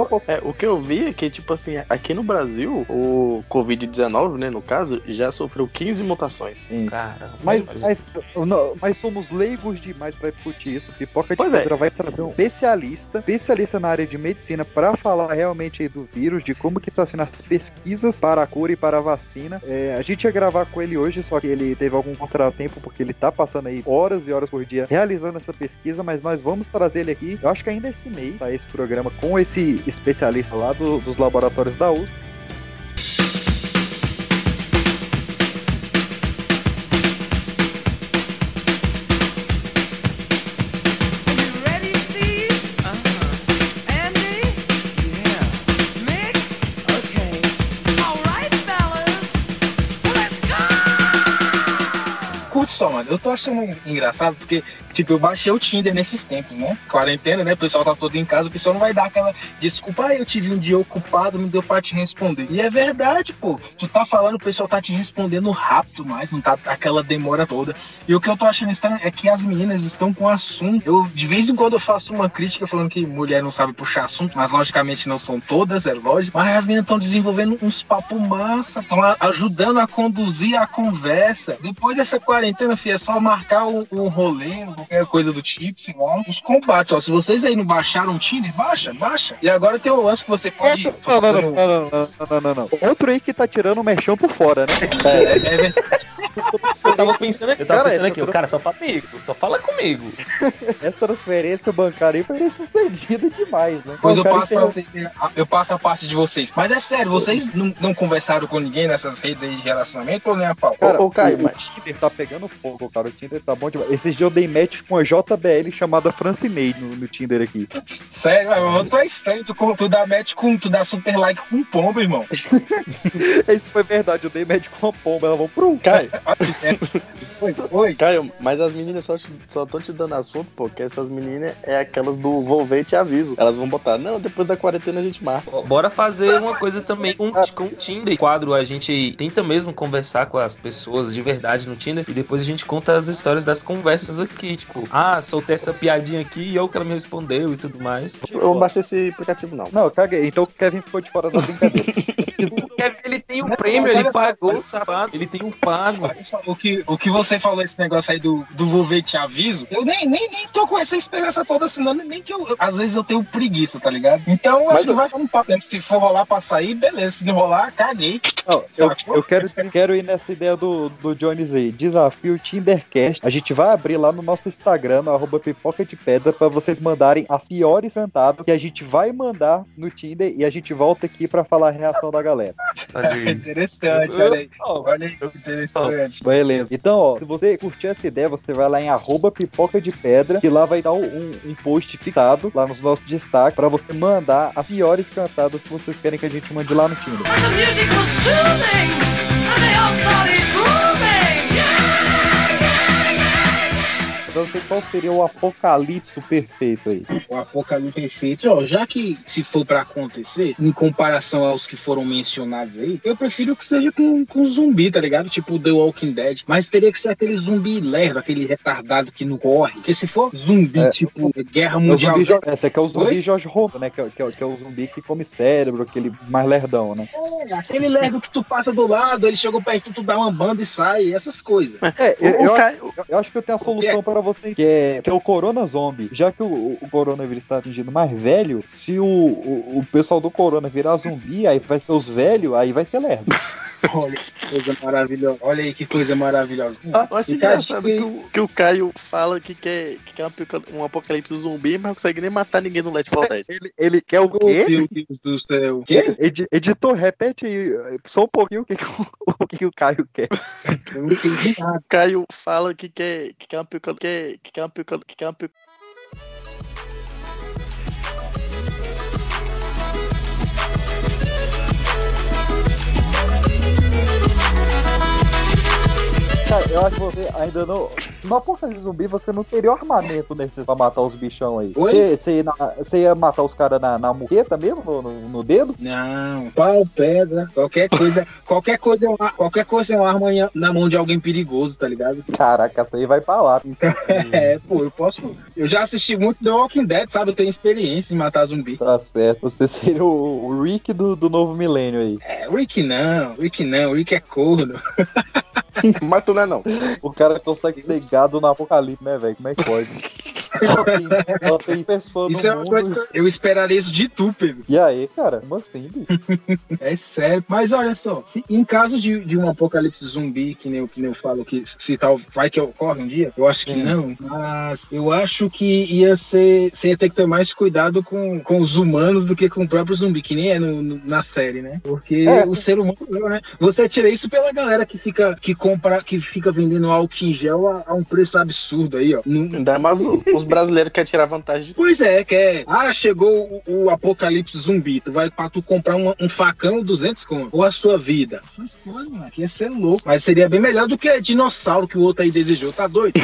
o que eu vi é que, tipo assim, aqui no Brasil, o Covid-19, né, no caso, já sofreu 15 mutações. Cara, Mas, mas, não, mas somos leigos demais pra discutir isso. Pipoca de Pois é. Pedra vai trazer um especialista, especialista na área de medicina, pra falar realmente aí do vírus, de como que está sendo as pesquisas para a cura e para a vacina. É, a gente ia gravar com ele hoje, só que ele teve algum contratempo, porque ele tá passando aí horas e horas por dia realizando essa pesquisa, mas nós vamos trazer ele aqui. Eu acho que ainda esse mês, tá, esse programa com esse especialista lá do- dos laboratórios da USP. é, Curte só, mano. Eu tô achando engraçado porque, tipo, eu baixei o Tinder nesses tempos, né? Quarentena, né? O pessoal tá todo em casa, o pessoal não vai dar aquela desculpa, ah, eu tive um dia ocupado, não deu pra te responder. E é verdade, pô. Tu tá falando, o pessoal tá te respondendo rápido mais, não tá aquela demora toda. E o que eu tô achando estranho é que as meninas estão com assunto. Eu, de vez em quando, eu faço uma crítica falando que mulher não sabe puxar assunto, mas logicamente não são todas, é lógico. Mas as meninas estão desenvolvendo uns papo massa, estão ajudando a conduzir a conversa. Depois dessa quarentena, filho, é só marcar um, um rolê, qualquer coisa do tipo, sei lá, os combates. Ó, se vocês aí não baixaram o Tinder, baixa, baixa. E agora tem um lance que você pode. É, Não, não, não, não, não, não, não, não. Outro aí que tá tirando o mexão por fora, né? [laughs] É, é verdade. Eu tava pensando, eu tava Cara, pensando aqui, eu tô- o cara só fala comigo, só fala comigo. Essa transferência bancária aí foi bem sucedida demais, né? Pois eu Bancário passo, pra que- vocês, eu passo a parte de vocês. Mas é sério, vocês não, não conversaram com ninguém nessas redes aí de relacionamento ou nem a pau? um Cara, o, o Tinder tá pegando fogo, cara. O Tinder tá bom demais. Esses dias eu dei match com a JBL chamada Francineide no, no Tinder aqui. [laughs] Sério, mano, tu é estranho, tu, com- tu dá match com, tu dá super like com um pombo, irmão. Isso foi verdade, eu dei match com a pomba. Ela vão pro Caio. Oi, oi. Caio, mas as meninas só, te- só tô te dando assunto, pô, porque essas meninas é aquelas do vou ver e te aviso. Elas vão botar, não, depois da quarentena a gente marca. Bora fazer uma coisa também com, com o Tinder. Quadro, a gente tenta mesmo conversar com as pessoas de verdade no Tinder e depois a gente conta as histórias das conversas aqui. Tipo, ah, soltei essa piadinha aqui e eu que ela me respondeu e tudo mais. Eu não baixei esse aplicativo, não. Não, caguei. Então o Kevin ficou de fora da brincadeira. Ele tem um prêmio, ele olha só, pagou o sapato, ele tem um pago. O que, o que você falou, esse negócio aí do, do vou ver e te aviso, eu nem, nem, nem tô com essa esperança toda, senão nem que eu, eu- às vezes eu tenho preguiça, tá ligado? Então eu Mas acho que eu- vai um papo. Se for rolar pra sair, beleza, se não rolar, [laughs] caguei. Não, eu, eu quero, quero ir nessa ideia do, do Jones aí. Desafio Tindercast. A gente vai abrir lá no nosso Instagram, no arroba pipoca de pedra, pra vocês mandarem as piores cantadas que a gente vai mandar no Tinder e a gente volta aqui pra falar a reação da galera. Tá [laughs] interessante, olha aí. Olha aí, que interessante. Beleza. Então, ó, se você curtir essa ideia, você vai lá em arroba pipoca de pedra, que lá vai dar um, um post fixado lá nos nossos destaques pra você mandar as piores cantadas que vocês querem que a gente mande lá no Tinder. Pra você, qual seria o apocalipse perfeito aí? O apocalipse perfeito, ó, já que se for pra acontecer, em comparação aos que foram mencionados aí, eu prefiro que seja com, com zumbi, tá ligado? Tipo The Walking Dead. Mas teria que ser aquele zumbi lerdo, aquele retardado que não corre. Porque se for zumbi, É, tipo, Guerra É o Mundial. zumbi, Jo- esse aqui é o zumbi Oi? Jorge Romero, né? Que é, que, é, que é o zumbi que come cérebro, aquele mais lerdão, né? É, aquele lerdo que tu passa do lado, ele chegou perto, tu dá uma banda e sai, essas [laughs] coisas. É, eu, eu, eu- eu acho que eu tenho a solução para você, que é, que é o Corona Zombie. Já que o, o coronavírus está atingindo mais velho, se o, o, o pessoal do Corona virar zumbi, aí vai ser os velhos, aí vai ser lerdo. Olha que coisa maravilhosa. Olha aí que coisa maravilhosa. Ah, Eu acho E, cara, engraçado que o, que o Caio fala que quer, que quer um apoca- um apocalipse zumbi, mas não consegue nem matar ninguém no Left 4 Dead. Ele, ele quer o quê? Meu Deus do céu. O quê? Edi- Editor, repete aí eh, só um pouquinho o que, que o, [laughs] o que que o Caio quer. Eu não entendi nada. O Caio fala que quer, que quer um apoca- que que quer um apoca- que quer um apoca- [laughs] Cara, eu acho que você ainda não. No Apocalipse Zumbi, você não teria o armamento necessário pra matar os bichão aí. Oi? Você- Você ia na- você ia matar os caras na, na muqueta mesmo, no, no- no dedo? Não, pau, pedra, qualquer coisa, qualquer coisa é uma, qualquer coisa é uma arma em- na mão de alguém perigoso, tá ligado? Caraca, essa aí vai pra lá. É, pô, eu posso. Eu já assisti muito The Walking Dead, sabe? Eu tenho experiência em matar zumbi. Tá certo, você seria o, o Rick do, do novo milênio aí. É, Rick não, Rick não, Rick é corno. Mas tu não é não. O cara consegue ser gado no apocalipse, né, velho? Como é que pode? só, tem, só tem pessoa no Isso é uma mundo. coisa que eu- eu esperaria isso de tu, Pedro. E aí, cara, como assim, bicho? É sério. Mas olha só, se- em caso de, de um apocalipse zumbi, que nem, eu- que nem eu falo que se tal vai que ocorre um dia, eu acho que Hum. não. Mas eu acho que ia ser. Você ia ter que ter mais cuidado com, com os humanos do que com o próprio zumbi, que nem é no- no- na série, né? Porque É. o ser humano, né? Você tira isso pela galera que fica, que compra, que fica vendendo álcool em gel a, a um preço absurdo aí, ó. No- Ainda mais o- os brasileiros querem tirar vantagem de Pois é, que é. Ah, chegou o, o apocalipse zumbi. Tu vai pra tu comprar um, um facão 200 conto. Ou a sua vida. Essas coisas, mano. que Ia ser louco. Mas seria bem melhor do que dinossauro que o outro aí desejou. Tá doido?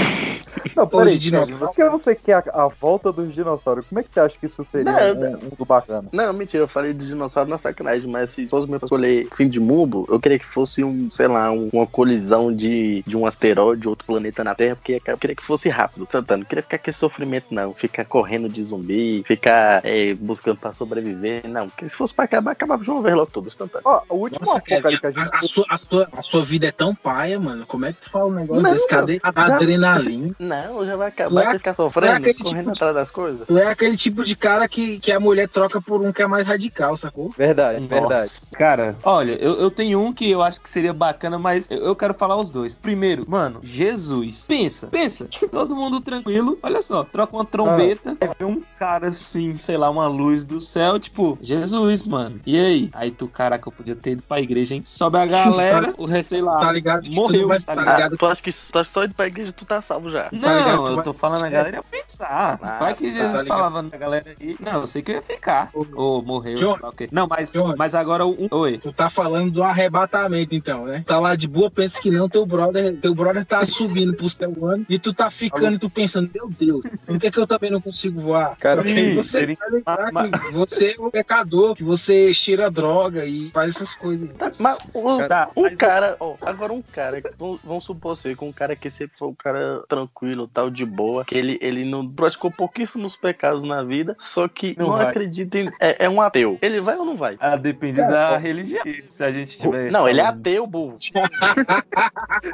Não, Pô, de peraí, dinossauro. por que você quer a, a volta dos dinossauros? Como é que você acha que isso seria Nada. um, um mundo bacana? Não, mentira, eu falei de dinossauro na sacanagem, mas se fosse meu pra escolher fim de mundo, eu queria que fosse um, sei lá, um- uma colisão de, de um asteroide, outro planeta na Terra, porque eu queria que fosse rápido, tanto, não queria ficar com esse sofrimento, não, ficar correndo de zumbi, ficar é, buscando pra sobreviver, não, porque se fosse pra acabar, acabava de uma vez logo tudo, instantâneo. Ó, o último Nossa, Kevin, apocalipse que a a, gente a sua, a, sua, a sua vida é tão paia, mano. Como é que tu fala um negócio Não, desse? Cadê a já- adrenalina? Não, já vai Não acabar, é- vai ficar sofrendo, aquele tipo correndo de- atrás das coisas. Tu é aquele tipo de cara que, que a mulher troca por um que é mais radical, sacou? Verdade, verdade. Nossa, Cara, olha, eu, eu tenho um que eu acho que seria bacana, mas eu, eu quero falar os dois. Primeiro, mano, Jesus. Pensa, pensa, [laughs] que todo mundo tranquilo. Olha só, troca uma trombeta, aí vem um cara assim, sei lá, uma luz do céu, tipo, Jesus, mano. E aí? Aí tu, caraca, eu podia ter ido pra igreja, hein? Sobe a galera, o resto, sei lá, Tá ligado? que tu morreu, vai- tá Ah, ligado? tu acha que tu acha que só indo pra igreja tu tá salvo já. Não, ligado? Tu eu vai- tô falando a galera ia pensar. Ah, vai que tá Jesus ligado. falava na galera aí. Não, eu sei que eu ia ficar. Ou morreu, Johnny. sei lá o quê. Não, mas, Johnny. mas agora o. um, Oi. Tu tá falando do arrebatamento, então, né? Tá lá de boa, pensa que não, teu brother, teu brother tá subindo pro céu ano e tu tá ficando e tu pensando, meu Deus, por que, que eu também não consigo voar? Cara, Só que sim, você seria- vai lembrar ma- que você é um pecador, que você cheira droga e faz essas coisas. né? Tá, mas o, Tá, um mas- cara, ó, agora um cara, vamos, vamos supor assim, que um cara que sempre foi um cara tranquilo, tal, de boa, que ele, ele não praticou pouquíssimos pecados na vida, só que Não não, vai. acredita em. É, é um ateu. Ele vai ou não vai? Ah, depende da religião. Se a gente tiver. Não, ele é falando. ateu, burro.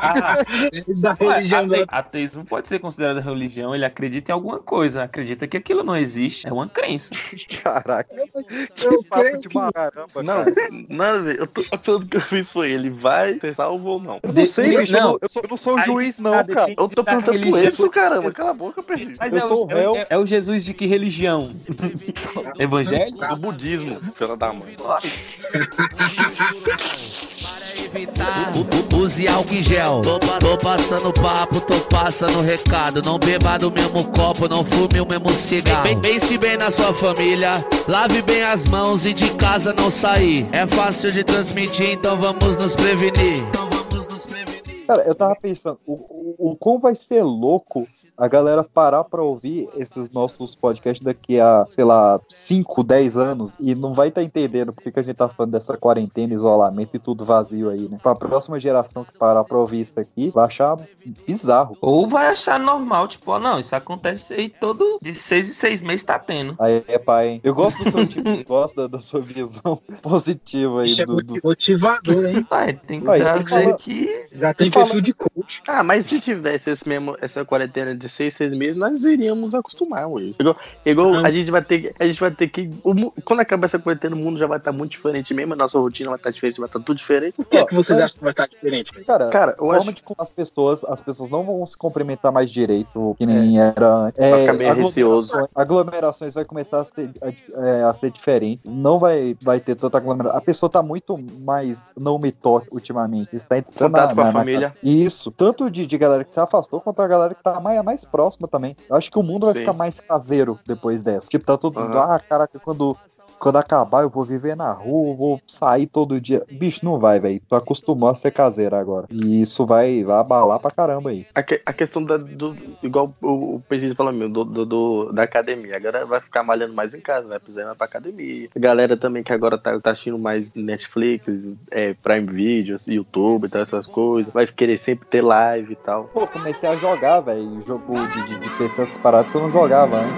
Ah, [laughs] Da ué, religião né? ate- dele. Ateísmo pode ser considerado religião, ele acredita em alguma coisa, acredita que aquilo não existe, é uma crença. Caraca, Eu que tipo papo creio de que- caramba, Não, cara. nada a ver. Eu tô, tudo que eu fiz foi ele vai ser salvo ou não. Eu não de- sei, de- bicho, eu não. não- eu sou- eu não sou um Aí- juiz, não, cara. Ah, depende Eu tô da perguntando por religião. isso, caramba. Cala a boca, perdido. Mas Eu é, sou o, o é o- réu. é o Jesus de [laughs] que religião? Evangelho? Do budismo, filha da mãe. U- u- Use álcool em gel. Tô, pa- tô passando papo, tô passando recado. Não beba do mesmo copo, não fume o mesmo cigarro. Pense bem na sua família, lave bem as mãos e de casa não sair. É fácil de transmitir, então vamos nos prevenir. Cara, eu tava pensando, o, o, o quão vai ser louco a galera parar pra ouvir esses nossos podcasts daqui a, sei lá, 5, 10 anos e não vai estar tá entendendo porque que a gente tá falando dessa quarentena, isolamento e tudo vazio aí, né? Pra próxima geração que parar pra ouvir isso aqui, vai achar bizarro. Ou vai achar normal, tipo, ó, não, isso acontece aí todo de 6 em 6 meses tá tendo. Aí é pai, hein? Eu gosto do seu [laughs] tipo, gosto da, da sua visão [laughs] positiva aí. Isso Do, é do- moti- motivador, hein? Pai, tem que Aí, trazer fala- que Já tem E fala- perfil de coach. Ah, mas se tivesse esse mesmo, essa quarentena de seis, seis meses, nós iríamos acostumar, ué. Igual, igual Não. a gente vai ter, que- a gente vai ter que. o mu- quando acabar essa quarentena, o mundo já vai estar muito diferente mesmo, a nossa rotina vai estar diferente, vai estar tudo diferente. O que é que vocês acham que vai estar diferente, velho? Cara, Cara, eu forma acho- de como as pessoas, as pessoas não vão se cumprimentar mais direito, que nem era É, antes. É. Vai ficar meio aglo- receoso. Aglomerações vai começar a ser, a- é, a ser diferente. Não vai, vai ter tanta aglomeração. A pessoa tá muito mais não me toque ultimamente. Está entrando Contato com a família. Isso. Tanto de, de galera que se afastou, quanto a galera que tá mais, mais próxima também. Eu acho que o mundo vai Sim. ficar mais caseiro depois dessa. Tipo, tá todo mundo, Aham. ah, caraca, quando. Quando acabar, eu vou viver na rua, eu vou sair todo dia. Bicho, não vai, velho. Tô acostumado a ser caseiro agora. E isso vai, vai abalar pra caramba aí. A, que- a questão da, do. Igual o, o Peixinho falou mesmo, do, do- do- da academia. A galera vai ficar malhando mais em casa, vai precisar ir mais pra academia. A galera também que agora tá, tá assistindo mais Netflix, é, Prime Videos, YouTube e tal, essas coisas. Vai querer sempre ter live e tal. Pô, comecei a jogar, velho. Jogo de, de, de PC essas paradas que eu não jogava, né?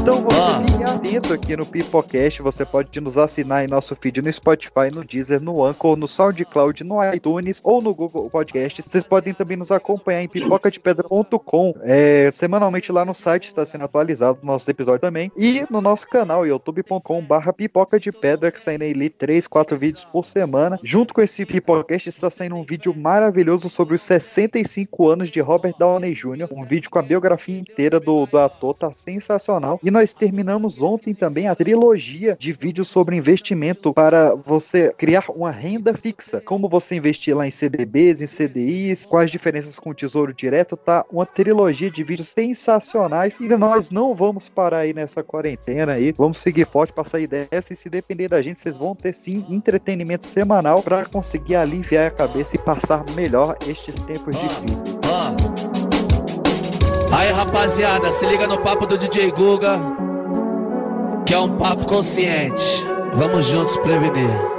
Então você fique atento aqui no Pipocast, você pode nos assinar em nosso feed no Spotify, no Deezer, no Anchor, no SoundCloud, no iTunes ou no Google Podcast. Vocês podem também nos acompanhar em pipocadepedra.com. É, semanalmente lá no site está sendo atualizado o nosso episódio também. E no nosso canal, youtube.com barra pipoca de pedra, que saindo ali 3, 4 vídeos por semana. Junto com esse Pipocast está saindo um vídeo maravilhoso sobre os 65 anos de Robert Downey Jr. Um vídeo com a biografia inteira do, do ator, tá sensacional. E nós terminamos ontem também a trilogia de vídeos sobre investimento para você criar uma renda fixa. Como você investir lá em CDBs, em CDIs, quais diferenças com o Tesouro Direto, tá? Uma trilogia de vídeos sensacionais. E nós não vamos parar aí nessa quarentena aí. Vamos seguir forte pra sair dessa. E se depender da gente, vocês vão ter sim entretenimento semanal para conseguir aliviar a cabeça e passar melhor estes tempos difíceis. Aí, rapaziada, se liga no papo do DJ Guga, que é um papo consciente. Vamos juntos prevenir.